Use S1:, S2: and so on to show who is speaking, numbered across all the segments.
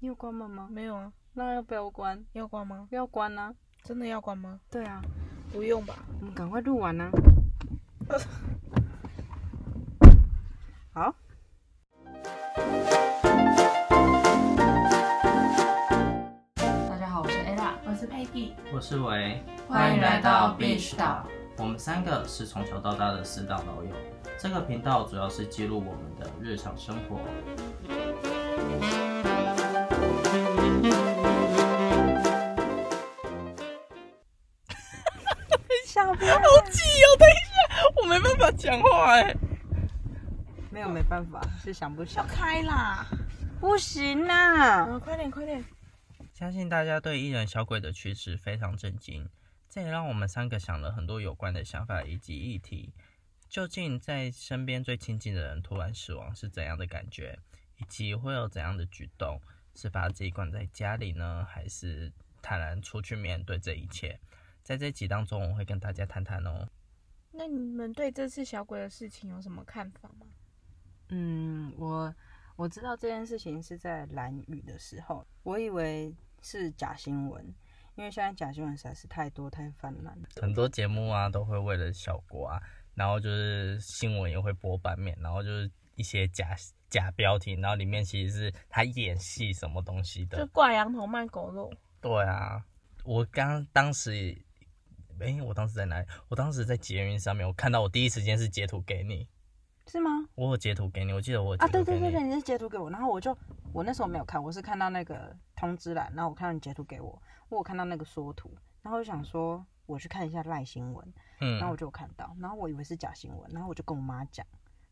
S1: 你有关门吗？
S2: 没有啊，
S1: 那要不要关？
S2: 要关吗？
S1: 要关啊呢、
S2: 真的要关吗？
S1: 对啊，
S2: 不用吧。
S1: 我们赶快录完呢、啊 好，
S3: 大家好，我是 Ella，
S2: 我是 Peggy，
S4: 我是维，
S3: 欢迎来到 Beach 岛。
S4: 我们三个是从小到大的死党老友。这个频道主要是记录我们的日常生活。
S1: 下播。
S2: 我没办法讲话哎、
S1: 没有，没办法，是想不想？
S2: 开啦！
S1: 不行啊！
S2: 啊，快点快点！
S4: 相信大家对艺人小鬼的去世非常震惊，这也让我们三个想了很多有关的想法以及议题。究竟在身边最亲近的人突然死亡是怎样的感觉，以及会有怎样的举动？是把自己关在家里呢，还是坦然出去面对这一切？在这集当中，我会跟大家谈谈哦。
S2: 那你们对这次小鬼的事情有什么看法吗？
S1: 嗯，我我知道这件事情是在蓝雨的时候，我以为是假新闻，因为现在假新闻实在是太多太泛滥了。
S4: 很多节目啊都会为了效果啊，然后就是新闻也会播版面，然后就是一些假假标题，然后里面其实是他演戏什么东西
S2: 就
S4: 的。
S2: 挂羊头卖狗肉，
S4: 对啊，我刚当时也，诶、我当时在哪里？我当时在捷运上面，我看到我第一时间是截图给你，
S1: 是吗？
S4: 我有截图给你，我记得我有
S1: 啊，
S4: 截
S1: 对
S4: 图给
S1: 对
S4: 你。
S1: 对对，你是截图给我，然后我就我那时候没有看，我是看到那个通知栏，然后我看到你截图给我，我有看到那个缩图，然后我就想说我去看一下赖新闻，然后我
S4: 嗯，
S1: 就有看到，然后我以为是假新闻，然后我就跟我妈讲，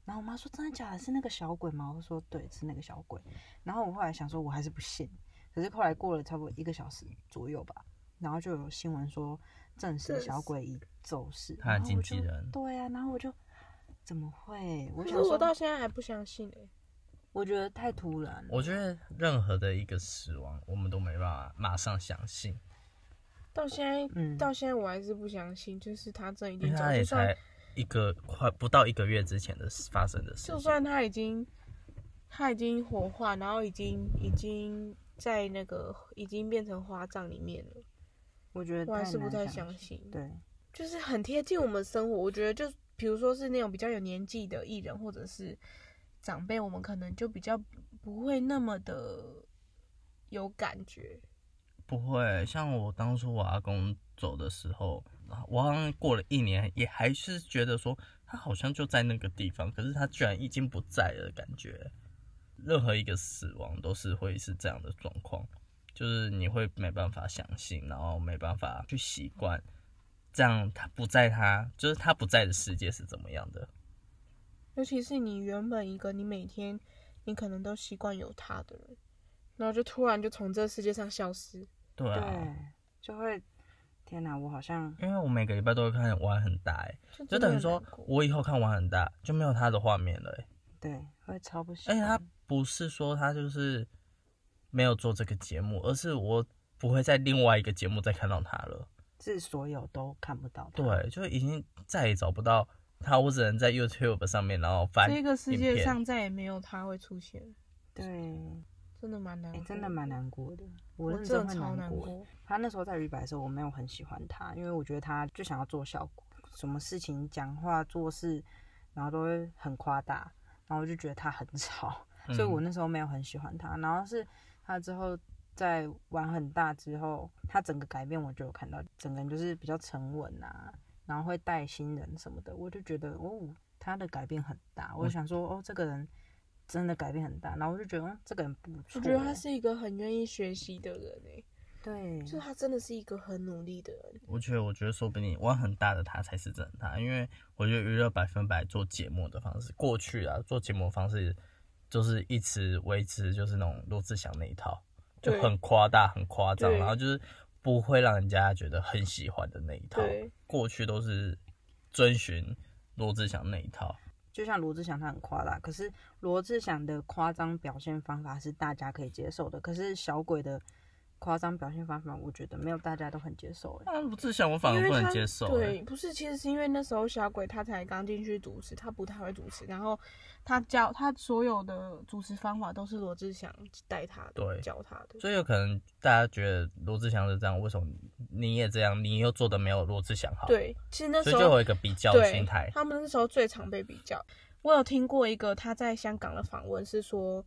S1: 然后我妈说真的假的，是那个小鬼吗？我说对，是那个小鬼。然后我后来想说，我还是不信，可是后来过了差不多一个小时左右吧，然后就有新闻说证实
S2: 证
S1: 小
S2: 实
S1: 鬼已走失，
S4: 他的
S1: 然后我
S4: 经纪
S1: 就
S4: 人
S1: 对啊，然后我就怎么会？我
S2: 可
S1: 想
S2: 是我
S1: 说，
S2: 到现在还不相信哎、
S1: 我觉得太突然了。
S4: 我觉得任何的一个死亡，我们都没办法马上相信，
S2: 到现在、
S1: 嗯
S2: 到现在我还是不相信，就是他真的一定
S4: 因为
S2: 走，
S4: 他也
S2: 就算
S4: 才一个快不到一个月之前的事发生的事情。
S2: 就算他已经他已经火化，然后已经已经在那个已经变成花葬里面了，
S1: 我觉得
S2: 我还
S1: 太
S2: 是不
S1: 难
S2: 太
S1: 想
S2: 相信。
S1: 对，
S2: 就是很贴近我们生活。我觉得就比如说是那种比较有年纪的艺人或者是长辈，我们可能就比较不会那么的有感觉。
S4: 不会，像我当初我阿公走的时候，啊我好像过了一年，也还是觉得说他好像就在那个地方，可是他居然已经不在了，感觉。任何一个死亡都是会是这样的状况，就是你会没办法相信，然后没办法去习惯，这样他不在他就是他不在的世界是怎么样的？
S2: 尤其是你原本一个你每天你可能都习惯有他的人，然后就突然就从这世界上消失。
S4: 对啊，
S1: 对，就会天哪，我好像
S4: 因为我每个礼拜都会看玩很大、欸，
S2: 就
S4: 就
S2: 真的
S4: 等于
S2: 很
S4: 说
S2: 难过
S4: 我以后看玩很大就没有他的画面了、欸。
S1: 对会超不喜
S4: 而且哎他
S1: 欢。
S4: 不是说他就是没有做这个节目，而是我不会在另外一个节目再看到他了。
S1: 是所有都看不到他。
S4: 对，就已经再也找不到他，我只能在 YouTube 上面然后翻
S2: 这个世
S4: 影
S2: 界
S4: 片
S2: 上再也没有他会出现，
S1: 对，
S2: 真的蛮难
S1: 哎、
S2: 过、
S1: 真的蛮难过的，我
S2: 我
S1: 认
S2: 真
S1: 真
S2: 的
S1: 会
S2: 超难
S1: 过。
S2: 过。
S1: 他那时候在鱼白的时候，我没有很喜欢他，因为我觉得他就想要做效果，什么事情讲话做事，然后都会很夸大，然后我就觉得他很吵，
S4: 嗯
S1: 所以我那时候没有很喜欢他。然后是他之后在玩很大之后，他整个改变我就有看到，整个人就是比较沉稳啊，然后会带新人什么的，我就觉得哦，他的改变很大。我就想说哦，这个人真的改变很大，然后我就觉得、哦、这个人不错。
S2: 我觉得
S4: 哎
S2: 他是一个很愿意学习的人诶、
S1: 对，
S2: 就他真的是一个很努力的人。
S4: 我觉得，我觉得说不定玩很大的他才是真的啊他，因为我觉得娱乐百分百做节目的方式，过去啊做节目的方式就是一直维持就是那种罗志祥那一套，就
S2: 对
S4: 很夸大、很夸张，
S2: 对
S4: 然后就是不会让人家觉得很喜欢的那一套
S2: 对。
S4: 过去都是遵循罗志祥那一套，
S1: 就像罗志祥他很夸大，可是罗志祥的夸张表现方法是大家可以接受的，可是小鬼的夸张表现方法，我觉得没有大家都很接受欸。
S4: 那不志祥我反而
S2: 因为
S4: 不能
S2: 他
S4: 接受、欸，
S2: 对，不是，其实是因为那时候小鬼他才刚进去主持，他不太会主持，然后他教他所有的主持方法都是罗志祥带他的，
S4: 对
S2: 教他的。
S4: 所以有可能大家觉得罗志祥是这样，为什么你也这样，你又做的没有罗志祥好？，
S2: 对，其实那
S4: 所
S2: 时
S4: 以就有
S2: 候
S4: 一个比较
S2: 对
S4: 心态。
S2: 他们那时候最常被比较。我有听过一个他在香港的访问是说，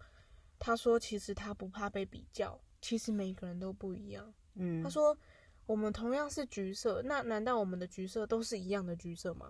S2: 他说其实他不怕被比较，其实每个人都不一样。
S1: 嗯，
S2: 他说我们同样是橘色，那难道我们的橘色都是一样的橘色吗？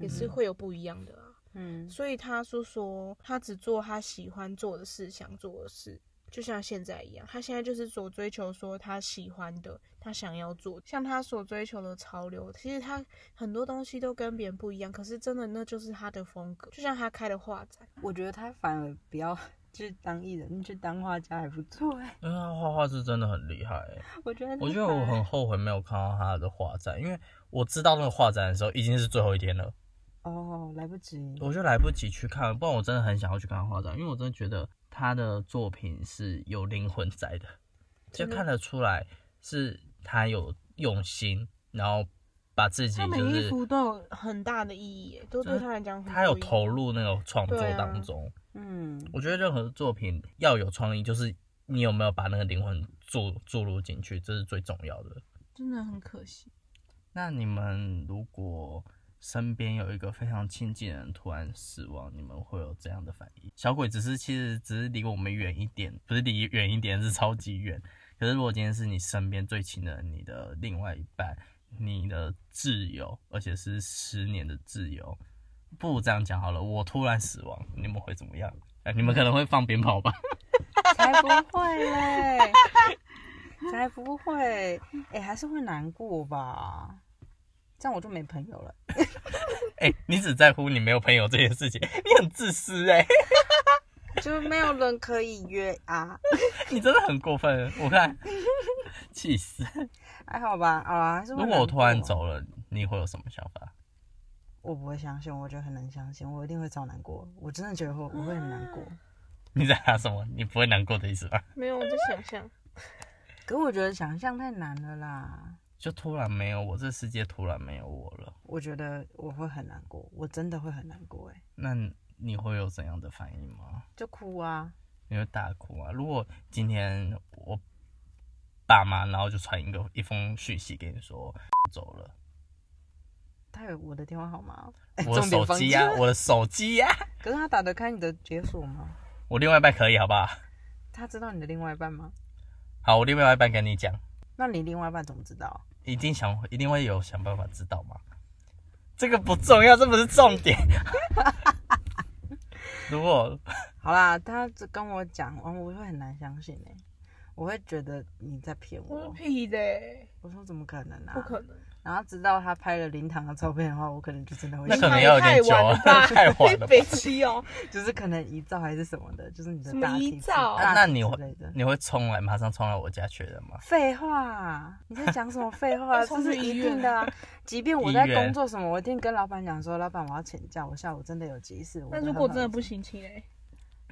S2: 也是
S1: 嗯
S2: 会有不一样的啊。
S1: 嗯
S2: 所以他说说他只做他喜欢做的事，想做的事，就像现在一样。他现在就是所追求说他喜欢的，他想要做，像他所追求的潮流，其实他很多东西都跟别人不一样，可是真的那就是他的风格。就像他开的画展，
S1: 我觉得他反而不要 去当艺人，去当画家还不错哎。
S4: 因为他画画是真的很厉害、欸，
S1: 我觉得他
S4: 我觉得
S1: 反
S4: 我
S1: 而
S4: 很后悔没有看到他的画展，因为我知道那个画展的时候已经是最后一天了，
S1: 哦来不及，
S4: 我就来不及去看，不然我真的很想要去看画展，因为我真的觉得他的作品是有灵魂在的，就
S2: 真的
S4: 看得出来是他有用心，然后把自己
S2: 他每
S4: 就
S2: 一
S4: 是
S2: 幅都有很大的意义耶，都
S4: 就
S2: 对
S4: 是
S2: 他来讲很
S4: 他有
S2: 不一样
S4: 投入那个创作
S2: 对啊
S4: 当中。
S1: 嗯
S4: 我觉得任何作品要有创意，就是你有没有把那个灵魂注注入进去，这是最重要的。
S2: 真的很可惜。
S4: 那你们如果身边有一个非常亲近的人突然死亡，你们会有怎样的反应？小鬼只是其实只是离我们远一点，不是离远一点，是超级远。可是如果今天是你身边最亲的人，你的另外一半，你的挚友，而且是十年的挚友，不如这样讲好了，我突然死亡，你们会怎么样？哎，你们可能会放鞭炮吧？
S1: 才不会嘞，才不会，哎、还是会难过吧？这样我就没朋友了。
S4: 哎、你只在乎你没有朋友这件事情，你很自私哎、
S1: 就是没有人可以约啊，
S4: 你真的很过分，我看， 气死！
S1: 还好吧，好啦。还是会
S4: 如果我
S1: 难
S4: 突然
S1: 过，
S4: 走了，你会有什么想法？
S1: 我不会相信，我觉得很难相信，我一定会超难过。我真的觉得我我会很难过，
S4: 你在想什么？你不会难过的意思吧？
S2: 没有，我在想象，
S1: 可我觉得想象太难了啦。
S4: 就突然没有我，这世界突然没有我了，
S1: 我觉得我会很难过，我真的会很难过、欸，哎，
S4: 那你会有怎样的反应吗？
S1: 就哭啊。
S4: 你会大哭吗？如果今天我爸妈，然后就传一个一封讯息给你说 走了，
S1: 他有我的电话号码哦，
S4: 我的
S1: 重点
S4: 手
S1: 放啊
S4: 机呀、
S1: 这
S4: 我的手机呀、
S1: 可是他打得开你的解锁吗？
S4: 我另外一半可以好不好？
S1: 他知道你的另外一半吗？
S4: 好，我另外一半跟你讲。
S1: 那你另外一半怎么知道？
S4: 一定想一定会有想办法知道嘛。这个不重要，这不是重点。 如果
S1: 好啦，他只跟我讲完，我会很难相信哎、我会觉得你在骗
S2: 我是
S1: 我。
S2: 屁的耶，
S1: 我说怎么可能啊？
S2: 嗯不可。能。
S1: 然后直到他拍了灵堂的照片的话，我可能就真的会
S4: 那
S1: 信，
S4: 可能要有点久啊 太
S2: 太
S4: 晚
S2: 晚
S4: 了
S2: 了吧，
S4: 吧
S2: 北七哦，
S1: 就是可能遗照还是什么的，就是你的
S2: 什么
S1: 大体
S2: 遗
S1: 之
S2: 照
S1: 大体
S4: 那你
S1: 之类的。
S4: 你会冲来，马上冲来我家确认吗？
S1: 废话，你在讲什么废话？
S2: 要
S1: 这
S2: 冲
S1: 是
S2: 去
S1: 一
S2: 医
S1: 定
S2: 院
S1: 的啊！即便我
S4: 医
S1: 在
S4: 院
S1: 工作什么，我一定跟老板讲说，老板我要请假，我下午真的有急事。我
S2: 那
S1: 会
S2: 如果
S1: 很
S2: 真的
S1: 晚
S2: 不行，请嘞，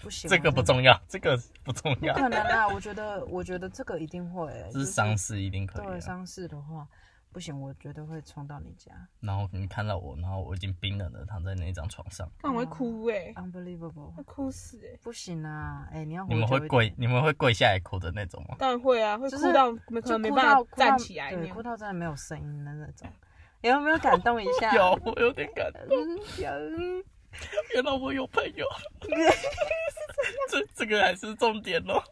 S1: 不行，
S4: 这
S1: 我
S4: 个不
S1: 真的
S4: 重要，这个不重要
S1: 不，可能啊！我觉得，我觉得这个一定会、欸，就
S4: 这
S1: 是
S4: 伤势一定可
S1: 对
S4: 以、啊。
S1: 伤势的话，不行，我绝对会冲到你家
S4: 然后你看到我，然后我已经冰冷的躺在那张
S1: 哦
S4: 床上，
S2: 那我会哭哎，
S1: ，unbelievable，
S2: 会哭死哎，
S1: 不行啊！哎、你要
S4: 你们
S1: 活
S4: 会
S1: 久一
S4: 跪
S1: 点，，
S4: 你们会跪下来哭的那种吗？
S2: 当然会啊，会
S1: 就
S2: 哭
S1: 是
S2: 到没可
S1: 就
S2: 能没
S1: 哭
S2: 办
S1: 到
S2: 法
S1: 哭到
S2: 站起来那
S1: 对，哭
S2: 样。
S1: 到真的没有声音的那种，有没有感动一下？
S4: 有，啊我有点感动，
S1: 啊 嗯，有，
S4: 原来我有朋 友。这这个还是重点哦咯。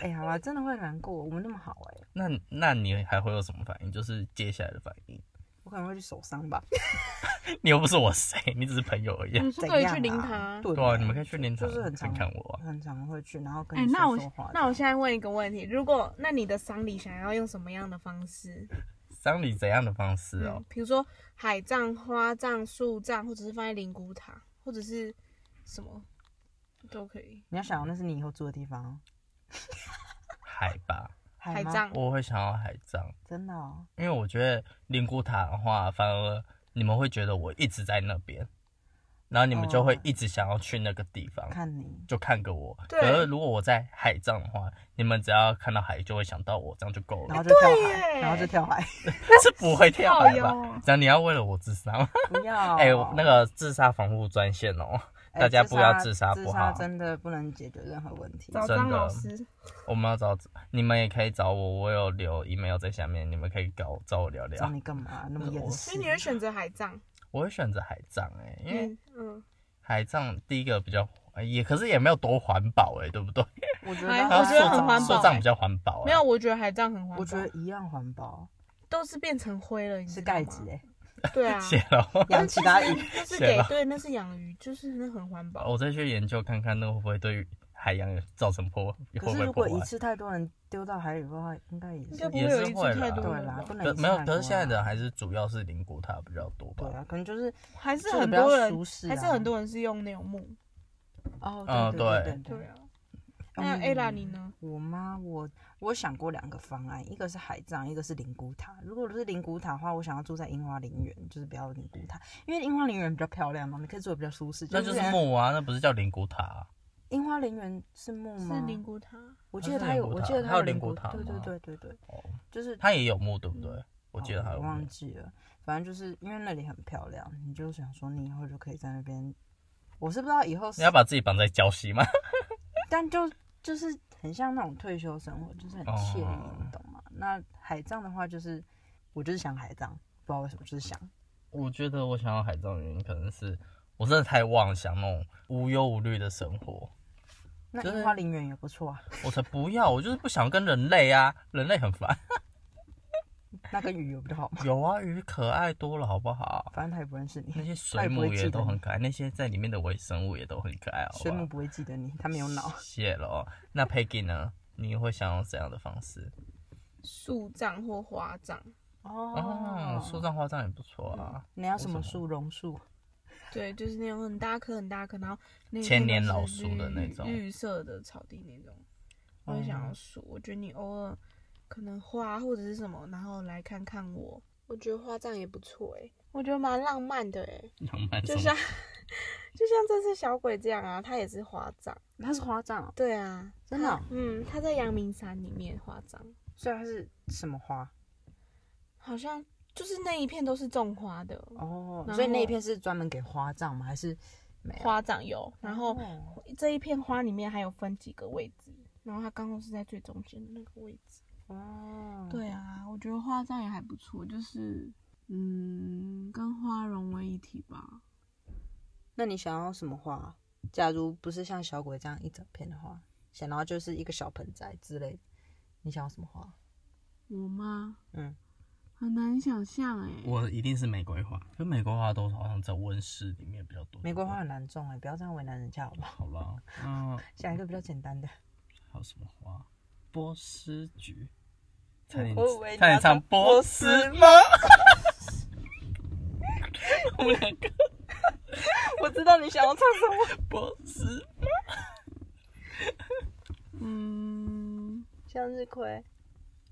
S1: 哎、好吧，真的会难过。我们那么好哎、
S4: 那那你还会有什么反应？就是接下来的反应。
S1: 我可能会去手伤 吧？
S4: 你又不是我谁，你只是朋友而已。
S2: 你说
S1: 怎
S2: 可以
S1: 样、啊？
S2: 去灵堂啊？
S1: 对
S4: 对啊，
S1: 嘛
S4: 你们可以去灵堂
S1: 就是很常
S4: 看看我啊。
S1: 很常会去，然后跟
S2: 哎
S1: 你，说
S2: 那我
S1: 说话。
S2: 那我现在问一个问题：如果那你的丧礼想要用什么样的方式？
S4: 丧礼怎样的方式哦
S2: 嗯？，比如说海葬、花葬、树葬，或者是放在灵骨塔，或者是什么都可以。
S1: 你要想，那是你以后住的地方哦，嗯
S4: 海吧，
S1: 海
S2: 海
S1: 吗
S2: 葬，
S4: 我会想要海葬，
S1: 真的、哦，
S4: 因为我觉得灵骨塔的话，反而你们会觉得我一直在那边，然后你们就会
S1: 哦
S4: 一直想要去那个地方，
S1: 看你
S4: 就看个我。
S2: 对
S4: 可是如果我在海葬的话，你们只要看到海就会想到我，这样就够
S1: 然
S4: 了
S1: 后，就跳
S2: 哎对
S1: 海，
S2: 耶
S1: 然后就跳海，
S4: 是不会跳海
S2: 好哟
S4: 吧？只要你要为了我自杀吗，
S1: 不要。
S4: 哎、我那个自杀防护专线哦，
S1: 哎
S4: 大家不要
S1: 自
S4: 自杀不
S1: 自杀
S4: 好
S1: 真的不能解决任何问题。
S2: 找
S4: 真
S2: 张
S4: 的
S2: 老师，
S4: 我们要找你们也可以找我，我有留 email 在下面，你们可以搞找我聊
S1: 找
S4: 聊。
S1: 你干嘛？那么
S4: 我
S1: 严
S2: 所
S1: 实
S2: 哎以？你会选择海葬？
S4: 我会选择海葬哎、因为
S2: 嗯嗯，
S4: 海葬第一个比较呃也，可是也没有多环保哎、对不对？
S1: 我觉
S2: 哎
S1: 得
S2: 我觉得
S4: 还有
S2: 很环保欸
S4: 树葬树葬比较环保、啊。
S2: 没有，，我觉得海葬很环保，
S1: 我觉得一样环保，
S2: 都是变成灰了，你
S1: 是
S2: 知道吗
S1: 盖子哎，
S2: 对啊，
S4: 谢喽。
S1: 养其 他鱼。哦
S2: 那是
S4: 谢
S2: 给
S4: 了
S2: 对，那是养鱼，就是那很环保。
S4: 我再去研究看看，那会不会对于海洋有造成破会
S1: 可
S4: 不
S1: 是
S4: 会
S1: 如
S4: 破
S1: 果一
S4: 坏？
S1: 次太多人丢到海里的话，应该也
S2: 应
S1: 是
S2: 该不会
S4: 也
S2: 有
S4: 是
S2: 一
S4: 会
S2: 只太
S4: 啦
S2: 多
S1: 对
S2: 人
S1: 啦
S2: 吧，
S1: 不能
S4: 嗯可
S1: 一次
S4: 没有
S1: 太，
S4: 可
S1: 多
S4: 是现在的
S1: 啊
S4: 还是主要是灵骨塔比较多吧
S1: 对。啊，可能就是
S2: 还是
S1: 这个
S2: 很
S1: 比较
S2: 多人
S1: 舒，适
S2: 还是
S1: 啊
S2: 很多人是用那种木。
S1: 哦，
S4: 嗯
S1: 对对
S4: 对
S1: 对
S2: 对
S1: 对。
S2: 啊，那
S1: 嗯
S2: A 拉你呢？
S1: 我妈，我我想过两个方案，一个是海葬，一个是灵骨塔。如果是灵骨塔的话，我想要住在樱花陵园，就是不要灵骨塔，因为樱花陵园比较漂亮嘛，你可以住的比较舒适。
S4: 那就是
S1: 可能
S4: 木啊，那不是叫灵骨塔啊、
S1: 樱花陵园是木吗？
S2: 是灵骨塔，
S1: 我
S4: 它
S1: 记得
S4: 是
S1: 它
S4: 灵
S1: 有，
S4: 骨
S1: 我
S4: 塔
S1: 记得
S4: 它有
S1: 有
S4: 灵
S1: 灵
S4: 骨塔
S1: 对对
S4: 吗
S1: 对对对，
S4: 哦，
S1: 就是
S4: 它也有木，对不对？我记得
S1: 哦
S4: 它有
S1: 忘
S4: 木。
S1: 记了，反正就是因为那里很漂亮，你就想说你以后就可以在那边。我是不知道以后是
S4: 你要把自己绑在礁溪吗？
S1: 但就就是很像那种退休生活，就是很惬意，
S4: 哦
S1: 你懂吗？那海葬的话，就是我就是想海葬，不知道为什么就是想。
S4: 我觉得我想要海葬的原因可能是我真的太妄想那种无忧无虑的生活，
S1: 那
S4: 就是
S1: 樱花陵园也不错啊，
S4: 我才不要，我就是不想跟人类啊，人类很烦。
S1: 那跟鱼有比较好吗？
S4: 有啊，鱼可爱多了，好不好？
S1: 反正他也不认识你，
S4: 那些
S1: 他
S4: 水
S1: 也不
S4: 母
S1: 会记
S4: 也
S1: 得
S4: 都很
S1: 你，
S4: 可爱，那些在里面的微生物也都很可爱，好不
S1: 水母
S4: 好？
S1: 不会记得你，他没有脑。
S4: 谢了哦。那 Peggy 呢？你会想用怎样的方式？
S2: 树葬或花葬，
S4: 哦，树葬花葬也不错啊。
S1: 你要什么
S4: 为什
S1: 树？榕树？
S2: 对，就是那种很大棵很大棵，然后那
S4: 千年
S2: 那
S4: 老
S2: 是
S4: 树的
S2: 绿
S4: 那种
S2: 绿色的草地那种。我也想要树，我觉得你偶尔可能花或者是什么，然后来看看我。我觉得花葬也不错哎、我觉得蛮浪漫的哎、
S1: 嗯
S4: 浪漫什
S2: 就啊
S4: 么
S2: 像 就像这次小鬼这样啊，他也是花葬。
S1: 它是花葬哦，
S2: 对啊，
S1: 真的哦
S2: 他嗯，他在阳明山里面花葬，
S1: 所以它是什么花？
S2: 好像就是那一片都是种花的。
S1: 哦，
S2: 然
S1: 所以那
S2: 后
S1: 一片是专门给花葬吗？还是没有？
S2: 花葬有，然后
S1: 哦
S2: 这一片花里面还有分几个位置，然后它刚好是在最中间的那个位置。
S1: 哦，
S2: 对啊，我觉得花葬也还不错，就是嗯，跟花融为一体吧。
S1: 那你想要什么花？假如不是像小鬼这样一整片的花，想要就是一个小盆栽之类的，你想要什么花？
S2: 我吗？
S1: 嗯，
S2: 很难想象哎、
S4: 我一定是玫瑰花，可玫瑰花都好像在温室里面比较多。
S1: 玫瑰花很难种哎、不要这样为难人家好不好？
S4: 好啦，那
S1: 想一个比较简单的。
S4: 还有什么花？波斯菊。差点
S1: 我以为你要
S4: 差点唱
S1: 唱
S4: 波
S1: 波
S4: 斯
S1: 斯
S4: 吗？我们两个
S1: 我知道你想要唱什么，
S4: 波斯，
S2: 嗯，
S1: 向日葵。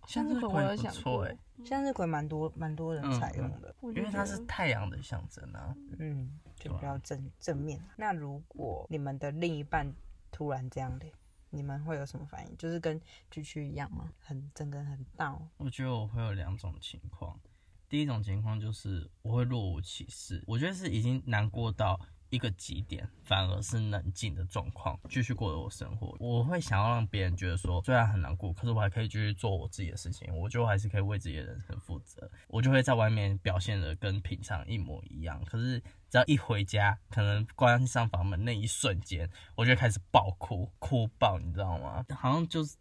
S2: 向日葵我
S4: 也
S2: 有
S4: 不
S2: 想
S4: 错嗯
S2: 过，
S4: 哎，
S1: 向日葵蛮多蛮多人采用的，
S2: 我就
S4: 因为它是
S2: 觉得
S4: 太阳的象征啊。
S1: 嗯，就比较正正面。那如果你们的另一半突然这样的，你们会有什么反应？就是跟蛐蛐一样吗？很整个人很大哦，
S4: 我觉得我会有两种情况，第一种情况就是我会若无其事，我觉得是已经难过到一个极点，反而是冷静的状况，继续过我生活。我会想要让别人觉得说，虽然很难过，可是我还可以继续做我自己的事情，我就还是可以为自己的人生负责。我就会在外面表现的跟平常一模一样，可是只要一回家，可能关上房门那一瞬间，我就开始爆哭，哭爆，你知道吗？好像就是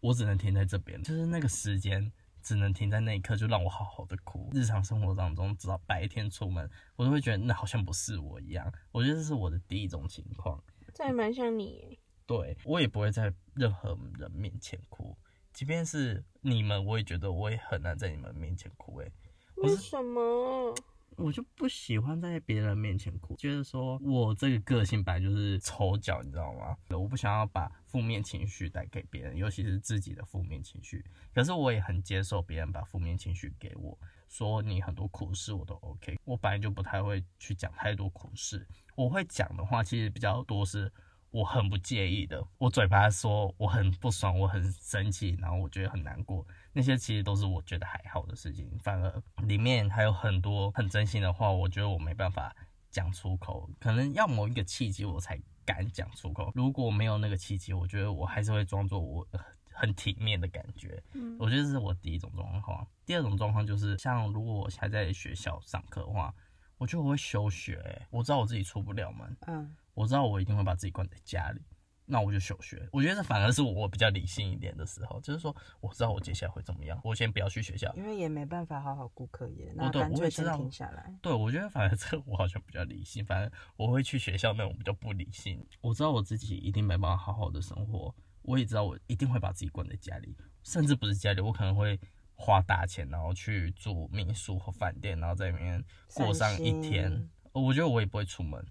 S4: 我只能停在这边，就是那个时间只能停在那一刻，就让我好好的哭。日常生活当中，只要白天出门，我都会觉得那好像不是我一样。我觉得这是我的第一种情况，
S2: 这还蛮像你、欸。
S4: 对我也不会在任何人面前哭，即便是你们，我也觉得我也很难在你们面前哭、欸。诶，我
S2: 为
S4: 是
S2: 什么？
S4: 我就不喜欢在别人面前哭，觉得说我这个个性本来就是丑角，你知道吗？我不想要把负面情绪带给别人，尤其是自己的负面情绪。可是我也很接受别人把负面情绪给我，说你很多苦事我都 OK。我本来就不太会去讲太多苦事，我会讲的话其实比较多是。我很不介意的，我嘴巴说我很不爽，我很生气，然后我觉得很难过，那些其实都是我觉得还好的事情，反而里面还有很多很真心的话，我觉得我没办法讲出口，可能要某一个契机我才敢讲出口。如果没有那个契机，我觉得我还是会装作我呃很体面的感觉。
S2: 嗯
S4: 我觉得这是我第一种状况。第二种状况就是，像如果我还在学校上课的话，我觉得我会休学、欸我知道我自己出不了门，
S1: 嗯，
S4: 我知道我一定会把自己关在家里，那我就休学。我觉得反而是我比较理性一点的时候，就是说我知道我接下来会怎么样，我先不要去学校。
S1: 因为也没办法好好顾客业，
S4: 我
S1: 那
S4: 懂
S1: 干
S4: 哦我
S1: 脆
S4: 也知
S1: 先
S4: 道
S1: 停下来。
S4: 对，我觉得反而这个我好像比较理性，反正我会去学校那种比较不理性。我知道我自己一定没办法好好的生活，我也知道我一定会把自己关在家里，甚至不是家里，我可能会花大钱，然后去住民宿和饭店，然后在里面过上一
S1: 散
S4: 天
S1: 心。
S4: 呃我觉得我也不会出门，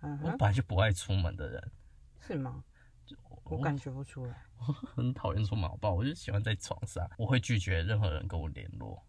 S1: 嗯
S4: 我
S1: 哼，
S4: 本来就不爱出门的人。
S1: 是吗？
S4: 哦
S1: 我感觉不出来。
S4: 很讨厌出门，好不好？我就喜欢在床上，我会拒绝任何人跟我联络，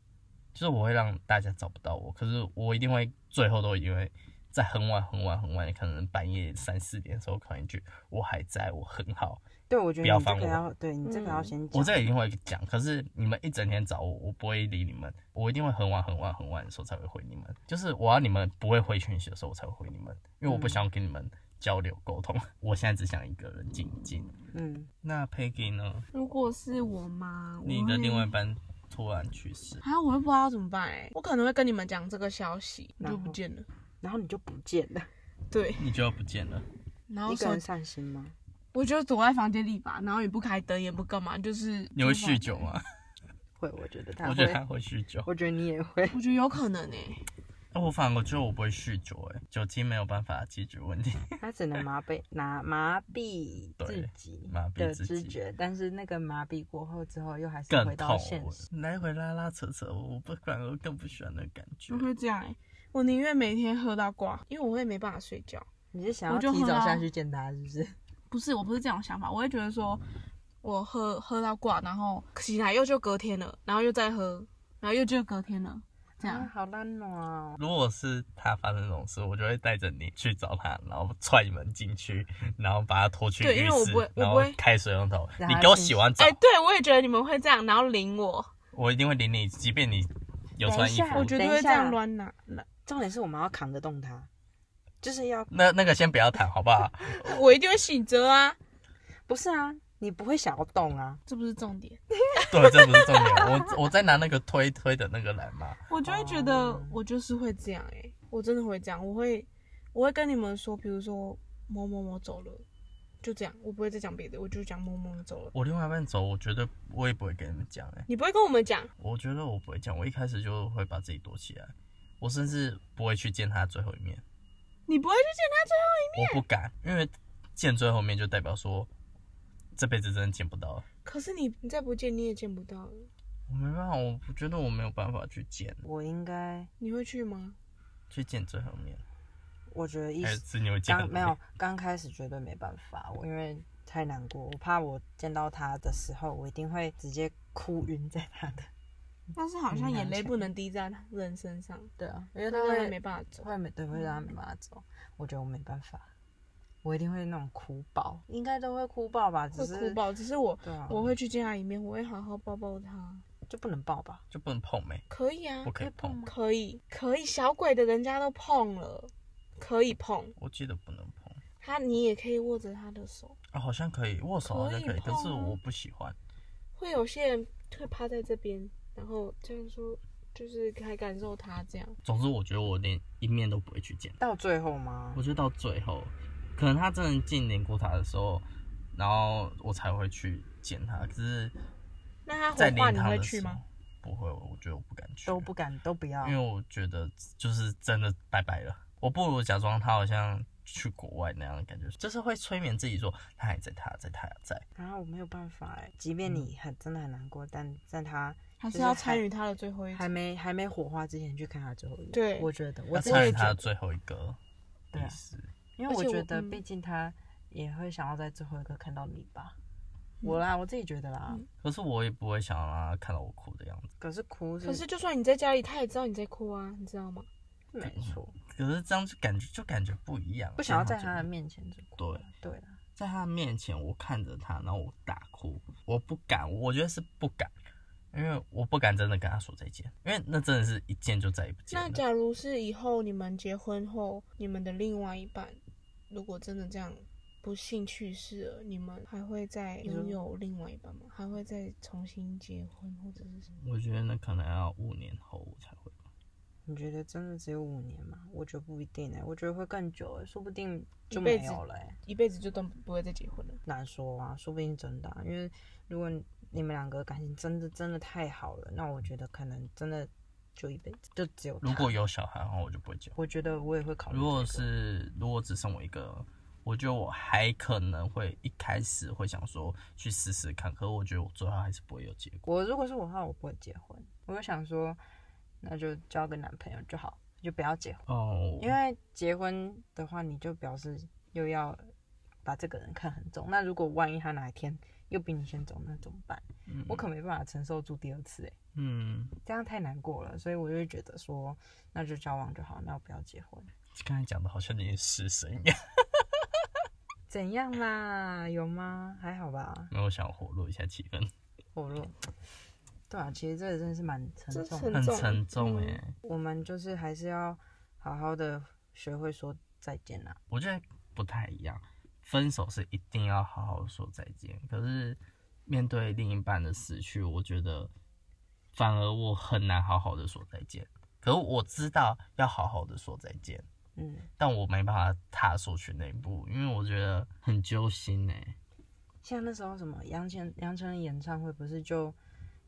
S4: 就是我会让大家找不到我。可是我一定会最后都一定会在很晚很晚很晚，可能半夜三四点的时候，可能一句我还在，我很好，
S1: 对，我觉
S4: 不
S1: 得
S4: 要
S1: 你这
S4: 烦
S1: 个
S4: 我
S1: 要，对你这个要
S2: 嗯
S1: 先讲。
S4: 我这个一定会讲。可是你们一整天找我，我不会理你们，我一定会很晚很晚很晚的时候才会回你们。就是我要你们不会回讯息的时候，我才会回你们，因为我不
S1: 嗯
S4: 想跟你们交流沟通。我现在只想一个人静一静。
S1: 嗯，
S4: 那 Peggy 呢？
S2: 如果是我妈，我
S4: 你的
S2: 会
S4: 另外一半突然去世，
S2: 啊，我会不知道要怎么办哎、我可能会跟你们讲这个消息，我
S1: 然
S2: 就
S1: 后
S2: 不见了。
S1: 然后你就不见了，
S2: 对，
S4: 你就要不见了。
S2: 然后
S1: 一个
S2: 手
S1: 人伤心吗？
S2: 我就躲在房间里吧，然后也不开灯，也不干嘛，就是
S4: 你会酗酒？吗？
S1: 会，我觉得他
S4: 我
S1: 会
S4: 觉，得他会酗酒。
S1: 我觉得你也会。
S2: 我觉得有可能哎、
S4: 我我反而觉得我不会酗酒、欸，酒精没有办法解决问题。
S1: 他只能麻痹拿麻痹
S4: 对
S1: 自己
S4: 麻痹
S1: 的
S4: 自
S1: 知
S4: 己
S1: 觉，但是那个麻痹过后之后，又还是
S4: 更
S1: 回到
S4: 痛
S1: 现
S4: 我
S1: 实。
S4: 来回拉拉扯扯，我不反而更不喜欢那个感觉
S2: 我。会这样哎、我宁愿每天喝到挂，因为我会没办法睡觉。
S1: 你是想
S2: 我
S1: 要
S2: 就
S1: 提
S2: 喝
S1: 早下
S2: 到
S1: 去见他，是不是？
S2: 不是，我不是这种想法，我会觉得说，我喝喝到挂，然后起来又就隔天了，然后又再喝，然后又就隔天了，这样。
S1: 啊， 好烂哦！
S4: 如果是他发生这种事，我就会带着你去找他，然后踹门进去，然后把他拖去
S2: 对因
S4: 浴
S2: 为我
S4: 室
S2: 不会，我
S4: 然
S2: 不
S4: 后
S2: 会
S4: 开水龙头，
S1: 让
S4: 你
S1: 他
S4: 给我
S1: 清
S4: 洗
S1: 醒
S4: 完澡
S2: 哎、，对，我也觉得你们会这样，然后淋我，
S4: 我一定会领你，即便你有
S1: 等一
S4: 穿衣
S1: 下
S4: 服
S2: 我
S1: 我。
S2: 绝
S1: 等
S2: 对
S1: 一
S2: 会这样
S1: 下
S2: 乱拿。拿
S1: 重点是我们要扛得动他，就是要
S4: 那那个先不要谈，好不好？
S2: 我一定会醒着啊，
S1: 不是啊？你不会想要动啊？
S2: 这不是重点。
S4: 对，这不是重点。我我再拿那个推推的那个来嘛。
S2: 我就会觉得我就是会这样哎、我真的会这样，我会我会跟你们说，比如说某某某走了，就这样，我不会再讲别的，我就讲某某某走了。
S4: 我另外一半走，我觉得我也不会跟你们讲、欸，
S2: 你不会跟我们讲，
S4: 我觉得我不会讲，我一开始就会把自己躲起来，我甚至不会去见他最后一面，
S2: 你不会去见他最后一
S4: 我不敢，因为见最后面就代表说这辈子真的见不到了，
S2: 可是你你再不见你也见不到了，
S4: 我没办法，我不觉得我没有办法去见，
S1: 我应该，
S2: 你会去吗？
S4: 去见最后面，
S1: 我觉得一
S4: 还
S1: 时
S4: 是你会见
S1: 刚
S4: 很
S1: 没有，刚开始绝对没办法，我因为太难过，我怕我见到他的时候，我一定会直接哭晕在他的。
S2: 但是好像
S1: 嗯
S2: 眼泪
S1: 好像
S2: 不能滴在人身上，
S1: 对啊，因为他
S2: 那个
S1: 会
S2: 人没办法走。
S1: 会没对会让他没办法走，我觉得我没办法，我一定会那种哭爆，应该都会哭爆吧，只
S2: 会
S1: 是
S2: 哭爆，只是我、
S1: 对啊，
S2: 我会去见他一面，我会好好抱抱他。
S1: 就不能爆吧？
S4: 就不能碰没、
S2: 可以啊
S4: 不，可以碰，
S2: 可以，可以，小鬼的人家都碰了，可以碰
S4: 我记得不能碰，
S2: 他，你也可以握着他的手。
S4: 啊、好像可以握手好像可
S2: 可
S4: 以，
S2: 以
S4: 可
S2: 碰啊
S4: 是我不喜欢，
S2: 会有些人会趴在这边，然后这样说，就是还感受他这样。
S4: 总之我觉得我连一面都不会去见。
S1: 到最后吗
S4: 我？就到最后，可能他真的进灵骨塔的时候，然后我才会去见他。可是，
S2: 那他
S4: 在
S2: 火化
S4: 灵
S2: 你
S4: 堂
S2: 会
S4: 的
S2: 去
S4: 时候
S2: 吗？，
S4: 不会，我觉得我不敢去，啊
S1: 都不敢，都不要
S4: 因为。我觉得就是真的拜拜了。我不如假装他好像去国外那样的感觉，就是会催眠自己说他还在，他还在，他还在。
S1: 然后我没有办法哎、即便你很真的很难过，但但他
S2: 还
S1: 就是
S2: 是要
S1: 还
S2: 参与他的最后一
S1: 还
S2: 场。
S1: 没还没火化之前去看他最后一面，
S2: 对
S1: 我觉得我
S4: 要
S1: 自己
S4: 参与
S1: 觉
S4: 他的
S1: 得
S4: 最后一个
S1: 对啊
S4: 意思，
S1: 因为我
S2: 而且我
S1: 觉得
S2: 嗯
S1: 毕竟他也会想要在最后一个看到你吧，
S2: 嗯
S1: 我啦我自己觉得啦，
S4: 可是我也不会想让他看到我哭的样子。
S1: 可是哭是
S2: 可是就算你在家里，他也知道你在哭啊，你知道吗？
S1: 没错，
S4: 可是这样就感觉就感觉不一样，
S1: 不想要在
S4: 这样
S1: 他的
S4: 就
S1: 面前就哭了，对啊啦，
S4: 在他面前，我看着他，然后我大哭，我不敢，我觉得是不敢，因为我不敢真的跟他说再见，因为那真的是一见就再也不见
S2: 那
S4: 了。
S2: 假如是以后你们结婚后，你们的另外一半如果真的这样不幸去世了，你们还会再拥有另外一半吗？还会再重新结婚或者是什么？
S4: 我觉得那可能要五年后我才会。
S1: 你觉得真的只有五年吗？我觉得不一定哎、我觉得会更久哎、说不定就
S2: 一辈
S1: 没
S2: 子
S1: 有了哎、
S2: 一辈子就都不会再结婚了？
S1: 难说啊，说不定真的啊、因为如果你们两个感情真的真的太好了，那我觉得可能真的就一辈子就只有他
S4: 如果有小孩的话，我就不会结婚。
S1: 我觉得我也会考虑这个、
S4: 如果是如果只剩我一个，我觉得我还可能会一开始会想说去试试看，可是我觉得我最后还是不会有结果。
S1: 我如果是我的话，我不会结婚，我就想说，那就交个男朋友就好，就不要结婚，
S4: 哦，
S1: 因为结婚的话，你就表示又要把这个人看很重。那如果万一他哪一天又比你先走，那怎么办？
S4: 嗯
S1: 我可没办法承受住第二次、欸，
S4: 嗯，
S1: 这样太难过了，所以我就会觉得说，那就交往就好，那我不要结婚。
S4: 刚才讲的好像你是神一样，
S1: 怎样啦？有吗？还好吧，
S4: 没有我想活络一下气氛，
S1: 火热。对啊，其实这个真的是蛮沉
S2: 这
S1: 重嗯
S2: 很
S1: 的。
S4: 很沉重哎、
S1: 我们就是还是要好好的学会说再见啦。
S4: 我觉得不太一样。分手是一定要好好说再见，可是面对另一半的死去，我觉得反而我很难好好的说再见。可是我知道要好好的说再见，
S1: 嗯，
S4: 但我没办法踏出去那一步，因为我觉得很揪心哎、
S1: 像那时候什么杨千杨丞琳演唱会不是就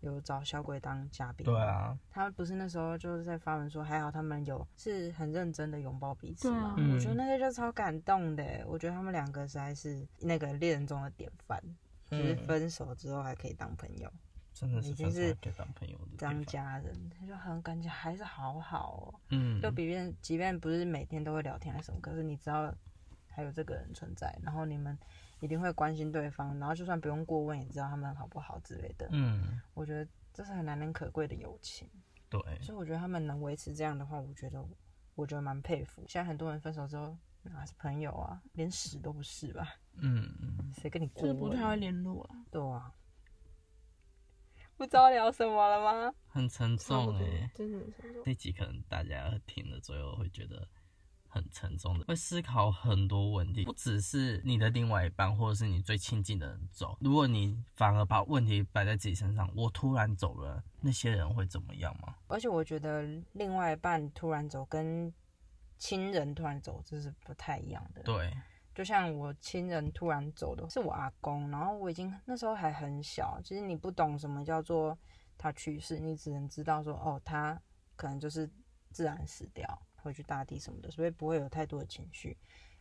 S1: 有找小鬼当嘉宾？
S4: 对，啊，
S1: 他不是那时候就是在发文说，还好他们有是很认真的拥抱彼此嘛。
S4: 对啊
S1: 我觉得
S4: 嗯
S1: 那个就超感动的，我觉得他们两个实在是那个恋人中的典范，就是
S4: 嗯
S1: 分手之后还可以当朋友。
S4: 真的是
S1: 已
S4: 分
S1: 经
S4: 手
S1: 是
S4: 可以当朋友的地
S1: 当
S4: 方。
S1: 家人，他就很感觉还是好好哦。
S4: 嗯，
S1: 就比便即便不是每天都会聊天还是什么，可是你知道还有这个人存在，然后你们一定会关心对方，然后就算不用过问也知道他们好不好之类的。
S4: 嗯，
S1: 我觉得这是很难能可贵的友情，
S4: 对，
S1: 所以我觉得他们能维持这样的话，我觉得我觉得蛮佩服。现在很多人分手之后哪是朋友啊，连屎都不是吧？
S4: 嗯，
S1: 谁跟你过
S2: 就是不太会
S1: 问？
S2: 联络了，
S1: 对啊，不知道聊什么了吗？
S4: 很沉
S2: 差不
S4: 重
S2: 多
S4: 哎、，
S2: 真的很沉重。
S4: 这集可能大家听了最后会觉得很沉重的，会思考很多问题，不只是你的另外一半或者是你最亲近的人走，如果你反而把问题摆在自己身上，我突然走了，那些人会怎么样吗？
S1: 而且我觉得另外一半突然走跟亲人突然走这是不太一样的。，
S4: 对，
S1: 就像我亲人突然走的是我阿公，然后我已经那时候还很小，其实你不懂什么叫做他去世，你只能知道说哦，他可能就是自然死掉，回去大地什么的，所以不会有太多的情绪。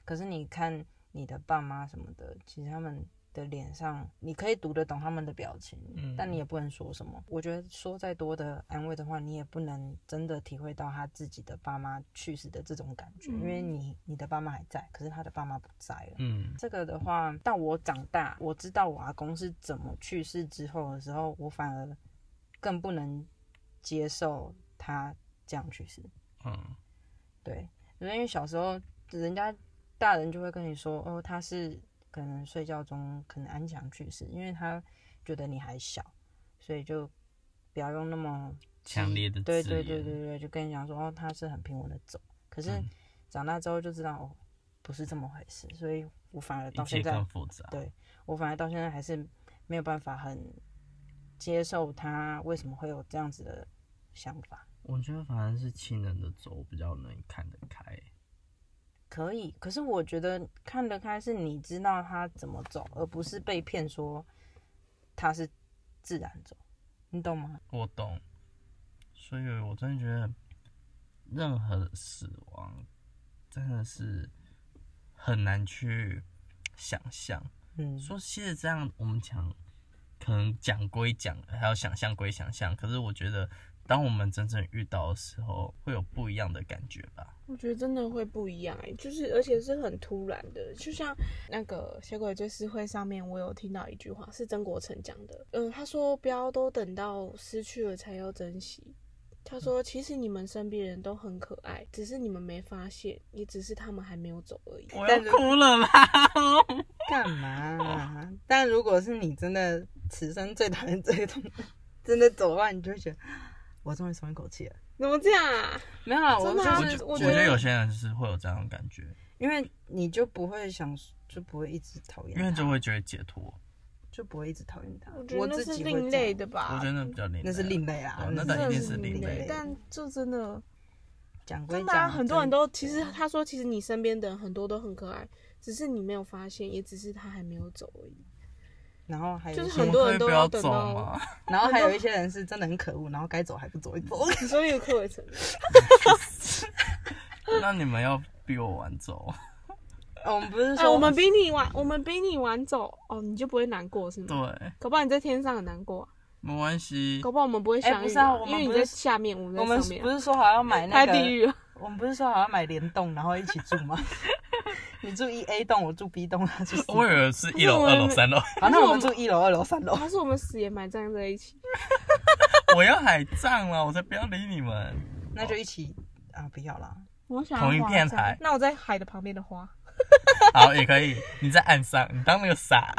S1: 可是你看你的爸妈什么的，其实他们的脸上，你可以读得懂他们的表情，
S4: 嗯
S1: 但你也不能说什么。我觉得说再多的安慰的话，你也不能真的体会到他自己的爸妈去世的这种感觉，因为你你的爸妈还在，可是他的爸妈不在了。
S4: 嗯，
S1: 这个的话，到我长大，我知道我阿公是怎么去世之后的时候，我反而更不能接受他这样去世。
S4: 嗯，
S1: 对，因为小时候人家大人就会跟你说，哦，他是可能睡觉中可能安详去世，因为他觉得你还小，所以就不要用那么
S4: 强烈的
S1: 对
S4: 字
S1: 对
S4: 眼，
S1: 对对对，就跟你讲说，哦，他是很平稳的走。可是
S4: 嗯
S1: 长大之后就知道，哦，不是这么回事，所以我反而到
S4: 一切
S1: 现在
S4: 更，复杂。
S1: 对我反而到现在还是没有办法很接受他为什么会有这样子的想法。
S4: 我觉得反而是亲人的走比较能看得开，
S1: 可以，可是我觉得看得开是你知道他怎么走，而不是被骗说他是自然走，你懂吗？
S4: 我懂，所以我真的觉得任何的死亡真的是很难去想象。
S1: 嗯，
S4: 说其实这样，我们讲可能讲归讲，还有想象归想象，可是我觉得，当我们真正遇到的时候，会有不一样的感觉吧。
S2: 我觉得真的会不一样哎、就是而且是很突然的，就像那个《小鬼追思会》上面，我有听到一句话是曾国成讲的，嗯，他说不要都等到失去了才要珍惜。他说：“其实你们身边人都很可爱，只是你们没发现，也只是他们还没有走而已。”
S4: 我
S1: 但
S4: 要
S1: 是
S4: 哭了啦！
S1: 干嘛啊、 但如果是你真的此生最讨厌这一种，真的走的话，你就会觉得我终于松一口气了。
S2: 怎么这样啊？
S1: 没有啦，我
S2: 真的
S1: 就
S2: 啊
S4: 我
S1: 是
S4: 觉
S2: 我
S4: 我
S2: 觉
S4: 觉
S2: 得
S4: 得有些人是会有这样的感觉，
S1: 因为你就不会想，就不会一直讨厌
S4: 因
S1: 他，
S4: 为就会觉得解脱。
S1: 就不会一直讨厌他。
S2: 我觉得那
S1: 自
S2: 是
S1: 己会
S2: 另
S1: 这样
S2: 类的，吧？
S4: 我觉得那比较另类，
S1: 那是另类啦
S4: 哦。那
S1: 是
S4: 当然一定
S2: 这
S4: 是另类的
S2: 但就真的，
S1: 讲归
S2: 真的啊、
S1: 讲，
S2: 很多人都其实
S1: 真的
S2: 他说，其实你身边的人很多都很可爱，只是你没有发现，也只是他还没有走而已。
S1: 然后还有
S2: 就是
S1: 一些
S2: 很多人都
S4: 不
S2: 要
S4: 要
S2: 等
S4: 走
S2: 到
S4: 嘛，
S1: 然后还有一些人是真的很可恶，然后该走还不走一走。
S2: 你说有课程，
S4: 那你们要逼我晚走，
S1: 哦 我们不是
S2: 哎、
S1: 说
S2: 我们比你晚，我们比你晚走，哦，你就不会难过是吗？
S4: 对，啊
S2: 搞不好你在天上很难过啊、
S4: 没关系
S2: 搞。不好我们不会
S1: 哎
S2: 相
S1: 不
S2: 遇
S1: 是啊
S2: 啊、
S1: 我们
S2: 因为你
S1: 不是
S2: 在下面，我们
S1: 我
S2: 在
S1: 们
S2: 上面
S1: 不
S2: 啊、
S1: 是说好要买那
S2: 拍
S1: 个
S2: 地狱啊。
S1: 我们不是说好要买联动，然后一起住吗？ 你住一 A 栋，我住 B 栋，他住 C 栋。
S4: 我以为是一楼、
S2: 可是我
S4: 二
S2: 们
S4: 楼、三 楼，
S1: 好，那我们住一楼、二楼、三楼。
S2: 还是我们死也埋葬在一起，
S4: 我要海葬了，我才不要理你们。
S1: 那就一起啊，不要啦。
S2: 我想要
S4: 同一
S2: 华
S4: 片
S2: 山
S4: 海
S2: 那我在海的旁边的花，
S4: 好，也可以。你在岸上，你当那个傻，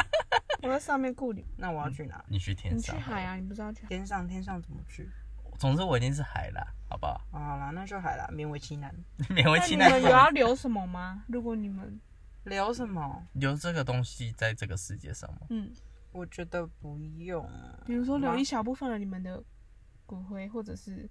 S2: 我在上面雇你。
S1: 那我要去哪？
S4: 你去天
S2: 你去
S4: 上。
S2: 海啊？你不是要去海？
S1: 天上天上怎么去？
S4: 总之我一定是海啦，好不好？
S1: 啊好啦，那就海啦，勉为其难。
S4: 勉为
S2: 那
S4: 其
S2: 你
S4: 难。
S2: 们有要留什么吗？如果你们
S1: 聊什么？
S4: 留这个东西在这个世界上吗？
S2: 嗯，
S1: 我觉得不用啊。
S2: 比如说留
S1: 吗
S2: 一小部分了你们的骨灰，或者是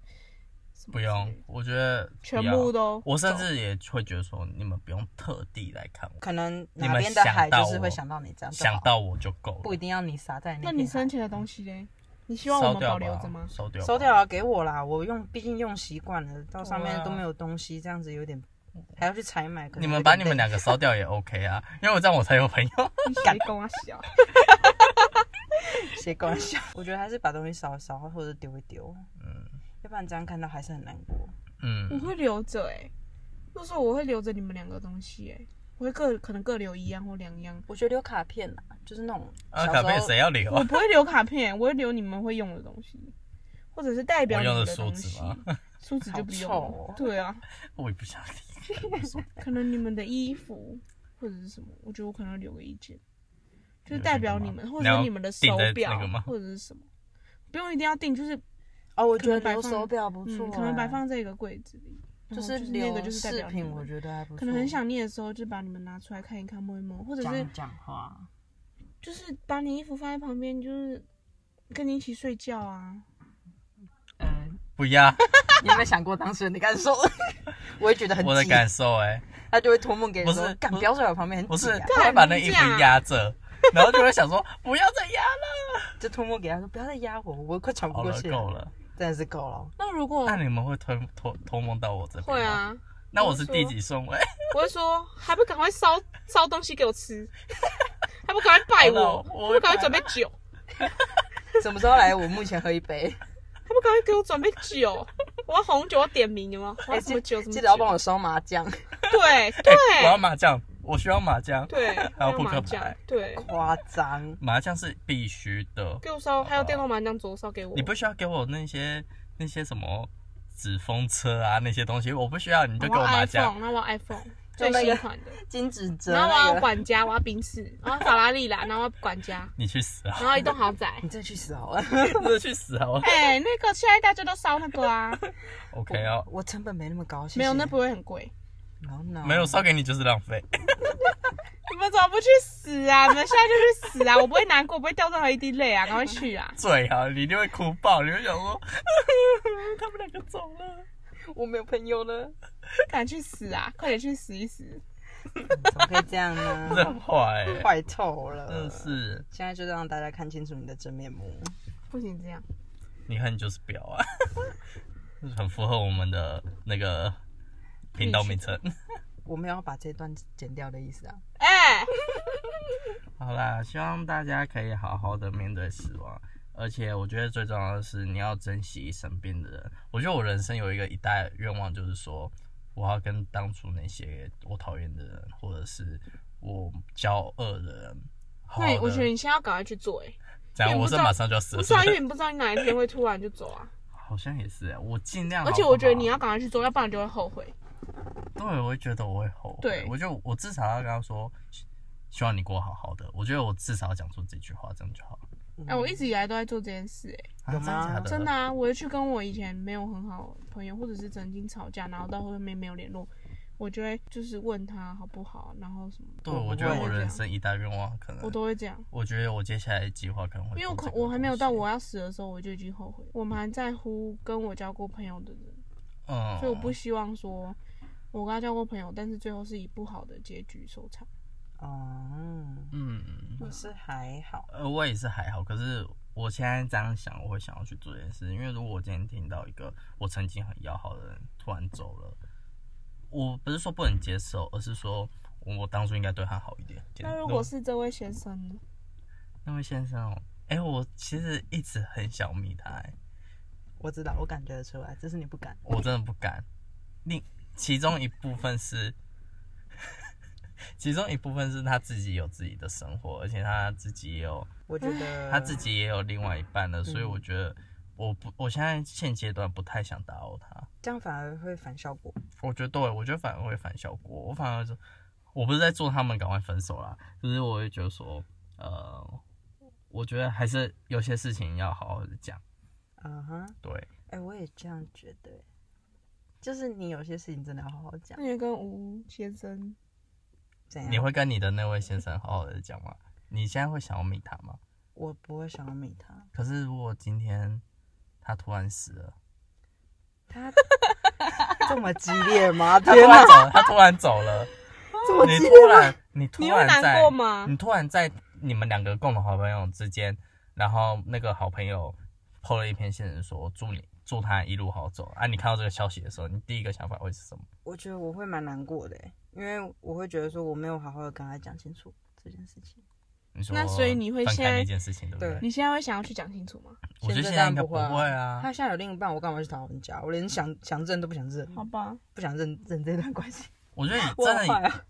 S2: 什么
S4: 不
S2: 之
S4: 用
S2: 类的，
S4: 我觉得
S2: 全
S4: 不要
S2: 部都
S4: 我甚
S2: 走
S4: 至也会觉得说，你们不用特地来看我，
S1: 可能
S4: 你
S1: 哪
S4: 们
S1: 边的海
S4: 想到
S1: 就是会
S4: 我
S1: 想到你这样就好，
S4: 想到我就够
S1: 不一
S4: 了。
S1: 定要你撒在
S2: 那
S1: 那
S2: 你
S1: 边。啊
S2: 生前的东西嘞？你希望我
S4: 烧
S2: 们
S4: 掉
S2: 保
S4: 吧
S2: 留着 吗？
S4: 烧掉吧，
S1: 收掉啊，给我啦！我用，毕竟用习惯了，到上
S4: 对
S1: 面
S4: 啊
S1: 都没有东西，这样子有点还要去采买。可能
S4: 你
S1: 有
S4: 们
S1: 点
S4: 把你们
S1: 累
S4: 两个烧掉也 OK 啊，因为我这样我才有朋友。
S2: 你谁跟我小？
S1: 些关系，我觉得还是把东西烧一烧或者丢一丢，
S4: 嗯
S1: 要不然这样看到还是很难过。
S2: 我
S4: 嗯，
S2: 会留着哎、如果说我会留着你们两个东西哎、我会各可能各留一样或两样，
S1: 我觉得留卡片啊，就是那种
S4: 啊，
S1: 小
S4: 卡片
S1: 时候
S4: 谁要留
S2: 我？ 不会留卡片、我会留你们会用的东西，或者是代表
S4: 我
S2: 你
S4: 用
S2: 们
S4: 的梳
S2: 东
S4: 子
S2: 西
S4: 吗。
S2: 梳子就不用了，
S1: 好臭哦
S2: 对啊，
S4: 我也不想理。
S2: 可能你们的衣服或者是什么，我觉得我可能要留个意见，就是代表你们，或者是你们的手
S4: 你要定在那
S2: 表
S4: 个吗
S2: 或者是什么，不用一定要定，就是
S1: 哦，我觉得
S2: 可能
S1: 留
S2: 摆放
S1: 手表不错、啊
S2: 嗯，可能摆，放在一个柜子里，然
S1: 哦就
S2: 后
S1: 是
S2: 就是那个
S1: 留
S2: 就是代
S1: 饰
S2: 表你
S1: 品，
S2: 们
S1: 我觉得还不错。
S2: 可能很想念的时候，就把你们拿出来看一看、摸一摸，或者是
S1: 讲讲话，
S2: 就是把你衣服放在旁边，就是跟你一起睡觉啊。
S1: 嗯，
S4: 不要
S1: 你有没有想过当事人的感受？ 我也觉得很
S4: 我的
S1: 急
S4: 感受哎、
S1: 他就会托梦给你
S4: 不
S1: 说
S4: 是：“
S1: 干，
S4: 不是
S1: 不要在我旁边， 很
S4: 不
S1: 挤
S4: 是
S1: 啊。，
S4: 他会把那衣服
S2: 干你这样
S4: 压 着，然后就会想说不要再压了，”
S1: 就托梦给他说：“不要再压我，我快喘不
S4: 好
S1: 过
S4: 了
S1: 气
S4: 够。了。”
S1: 真的是够了。
S2: 那如果
S4: 那你们会偷偷偷梦到我这边？
S2: 会，啊，
S4: 那我是第几顺位？
S2: 我会说还不赶快烧烧东西给我 吃，还不赶快拜我，
S4: 好了我
S2: 还
S4: 会
S2: 不赶快
S4: 拜
S2: 准备酒，
S1: 什么时候来？我目前喝一杯。
S2: 还不赶快给我准备酒， 我要红酒，我要点名有吗？我要
S1: 哎
S2: 什么酒？什么
S1: 记得要帮
S2: 我
S1: 我烧麻将，
S2: 对
S4: 哎
S2: 对
S4: 我要麻将，我需要麻将，
S2: 对，
S4: 还有
S2: 要
S4: 扑
S2: 麻
S4: 克
S2: 将
S4: 牌，，
S2: 对，
S1: 夸张。
S4: 麻将是必须的。
S2: 给我烧，还有电动麻将桌烧给我
S4: 哦你。不需要给我那些那些什么纸风车啊那些东西，我不需要，你就
S2: 我
S4: 给
S2: 要
S4: 我麻将
S2: iPhone，。那我要 iPhone
S1: 就
S2: 最
S1: 那个
S2: 新款的。
S1: 金指哲
S2: 然后
S1: 那
S2: 我
S1: 个
S2: 要管家，我要宾士，然后法拉利 啦，然后我要管家，
S4: 你去死啊！
S2: 然后一栋豪宅。
S1: 你真的去死好了。
S4: 真的去死啊我
S2: 哎、那个现在大家都烧那个啊，
S4: ！OK 哦，
S1: 我成本没那么高，谢谢
S2: 没有，那不会很贵。
S1: No, no
S4: 没有烧给你就是浪费。
S2: 你们怎么不去死啊？你们现在就去死 啊！我不会难过，不会掉任何一滴泪啊，赶快去啊！
S4: 最好你一定会哭爆，你会想说 他们两个走了。
S1: 我没有朋友了，
S2: 赶快去死啊！快点去死一死！
S1: 怎么可以这样呢？
S4: 真的很 坏、欸，
S1: 坏透了，
S4: 真的。是
S1: 现在就让大家看清楚你的真面目。
S2: 不行这样，
S4: 你看你就是婊啊， 很符合我们的那个频道名称。
S1: 我没有把这段剪掉的意思啊。
S2: 哎、
S4: 好啦，希望大家可以好好的面对死亡，而且我觉得最重要的是你要珍惜身边的人。我觉得我人生有一个一大愿望，就是说我要跟当初那些我讨厌的人，或者是我骄傲的人，好
S2: 那
S4: 好
S2: 你
S4: 的
S2: 我觉得你现在要赶快去做、哎，
S4: 这样
S2: 你
S4: 我
S2: 不
S4: 是
S2: 知道
S4: 马上就要死
S2: 不
S4: 了，
S2: 是啊，因
S4: 是不
S2: 为
S4: 是
S2: 你不知道你哪一天会突然就走 啊。
S4: 好像也是欸，我尽量好
S2: 而
S4: 不好。
S2: 且我觉得你要赶快去做，要不然你就会后悔。
S4: 对，我会觉得我会后悔。
S2: 对
S4: 我就我至少要跟他说，希希望你过好好的。我觉得我至少要讲出这句话，这样就好。
S1: 嗯
S2: 哎、我一直以来都在做这件事、哎。
S4: 啊
S1: 有
S4: 真的
S1: 吗
S4: 假的？
S2: 真的啊，我会去跟我以前没有很好的朋友，或者是曾经吵架，然后到后面没有联络，我就会就是问他好不好，然后什么，
S4: 对，
S1: 我不
S4: 我觉得
S1: 会
S4: 我
S2: 这
S4: 人
S2: 样
S4: 生一大愿望可能
S2: 我都会这样。
S4: 我觉得我接下来的计划可能会
S2: 因为我可
S4: 做这个
S2: 我还没有到
S4: 东西
S2: 我要死的时候，我就已经后悔。我们还在乎跟我交过朋友的人，
S4: 嗯，
S2: 所以我不希望说我跟他交过朋友，但是最后是以不好的结局收场。
S1: 哦，
S4: 嗯，
S1: 我是还好，
S4: 呃，我也是还好，可是我现在这样想，我会想要去做这件事，因为如果我今天听到一个我曾经很要好的人突然走了，我不是说不能接受，而是说我我当初应该对他好一点。
S2: 那如果是这位先生呢？
S4: 那位先生哦，哎、我其实一直很想密他、哎
S1: 我知道，我感觉得出来，只是你不敢。
S4: 我真的不敢。另其中一部分是， 其中一部分是他自己有自己的生活，而且他自己也有
S1: 我觉得
S4: 他自己也有另外一半了，所以我觉得我不，我现在现阶段不太想打扰他。
S1: 这样反而会反效果。
S4: 我觉得对，我觉得反而会反效果。我反而是，我不是在做他们赶快分手啦，就是我会觉得说，呃，我觉得还是有些事情要好好的讲。
S1: 嗯哼，
S4: 对，
S1: 哎，我也这样觉得，欸就是你有些事情真的要好好讲
S2: 那。你跟吴先生，
S1: 怎样？
S4: 你会跟你的那位先生好好的讲吗？你现在会想要密他吗？
S1: 我不会想要迷他，
S4: 可是如果今天他突然死了，
S1: 他 这么激烈 吗？
S4: 他
S1: 天
S4: 突然
S1: 哪，
S4: 走了，他突然走了，
S1: 这么
S4: 你
S1: 激
S4: 突
S1: 烈吗？
S4: 然你突
S2: 你会
S4: 然
S2: 难
S4: 在
S2: 过吗？
S4: 你突然在你们两个共同好朋友之间，然后那个好朋友 PO 了一篇现实说祝你祝他一路好走啊！你看到这个消息的时候，你第一个想法会是什么？
S1: 我觉得我会蛮难过的欸，因为我会觉得说我没有好好的跟他讲清楚这件事情。
S4: 你说
S2: 那所以你会
S4: 分
S2: 现
S4: 开
S2: 在
S4: 那件事情，对不对？
S2: 你现在会想要去讲清楚吗？
S4: 我觉得
S1: 现
S4: 现
S1: 在
S4: 在应该
S1: 当然不会啊
S4: 会啊。
S1: 他现在有另一半，我干嘛去讨人家？我连想想认都不想
S4: 嗯
S1: 认，
S2: 好吧，
S1: 不想认认这段关系。
S4: 我觉得你
S1: 我
S4: 真
S1: 好坏
S4: 的
S1: 啊！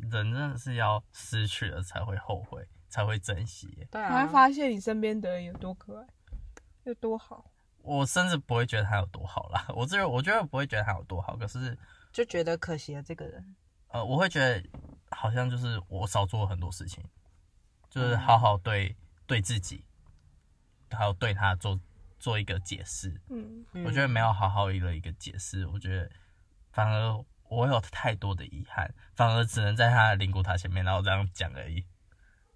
S4: 人真的是要失去了才会后悔，才会珍惜耶。
S1: 对
S2: 才
S1: 啊
S2: 会，发现你身边的人有多可爱，有多好。
S4: 我甚至不会觉得他有多好啦，我这我觉得不会觉得他有多好，可是
S1: 就觉得可惜了这个人。
S4: 呃，我会觉得好像就是我少做了很多事情，就是
S2: 嗯
S4: 好好对对自己，还有对他做做一个解释。
S2: 嗯，
S4: 我觉得没有好好的一个解释，我觉得反而我有太多的遗憾，反而只能在他的灵骨塔前面，然后这样讲而已。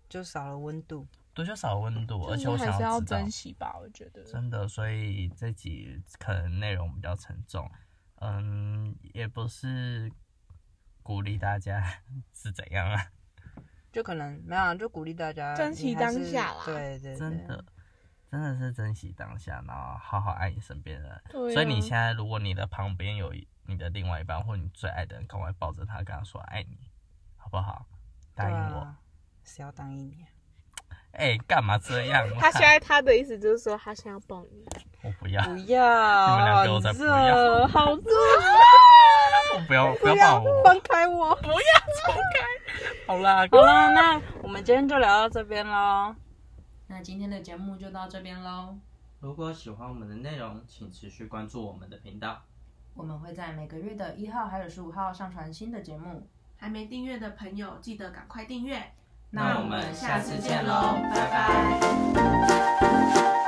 S1: 就少了温度。
S4: 对，就少了温度，而且
S2: 就
S4: 我
S2: 是还
S4: 想
S2: 是
S4: 要知道
S2: 珍，惜吧，我觉得。
S4: 真的，所以这集可能内容比较沉重，嗯，也不是鼓励大家 是怎样啊。
S1: 就可能没有啊、就鼓励大家
S2: 珍惜
S1: 你还是
S2: 当下啦
S1: 对对对，
S4: 真的，真的是珍惜当下，然后好好爱你身边的人。
S2: 对啊？
S4: 所以你现在，如果你的旁边有一你的另外一半或你最爱的人，赶快抱着他，跟他说爱你，好不好？答应
S1: 对
S4: 我。
S1: 啊。谁要答应你啊？
S4: 哎、干嘛这样
S2: 他现在他的意思就是说，他想要抱你。
S4: 我不要，
S1: 不要，
S4: 你们两个
S1: 好
S4: 我才不
S1: 热，
S4: 要
S1: 好热，
S4: 我不要，不
S1: 不
S4: 要
S1: 要
S4: 抱我。
S1: 放开我！
S4: 好啦，
S1: 好了，那我们今天就聊到这边喽。
S3: 那今天的节目就到这边喽，
S5: 如果喜欢我们的内容，请持续关注我们的频道。
S3: 我们会在每个月的一号还有十五号上传新的节目。
S6: 还没订阅的朋友，记得赶快订阅。
S5: 那我们下次见喽拜拜
S3: 拜